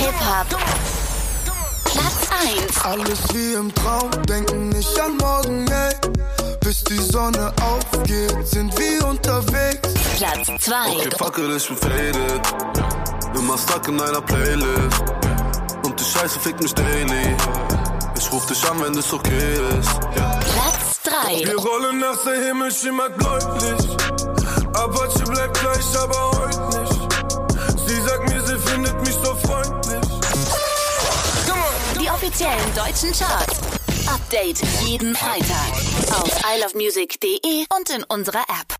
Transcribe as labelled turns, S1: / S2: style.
S1: Hip-Hop. Platz 1.
S2: Alles wie im Traum, denken nicht an morgen, ey. Bis die Sonne aufgeht, sind wir unterwegs.
S1: Platz 2.
S3: Okay, fuck it, ich bin faded. Immer stuck in deiner Playlist. Und die Scheiße fickt mich daily. Ich ruf dich an, wenn das okay ist.
S1: Platz 3.
S4: Wir rollen nach der Himmel schimmert bläulich. Apache bleibt gleich, aber heute nicht. Sie sagt mir, sie findet mich so freundlich.
S1: Die offiziellen deutschen Charts. Update jeden Freitag auf isleofmusic.de und in unserer App.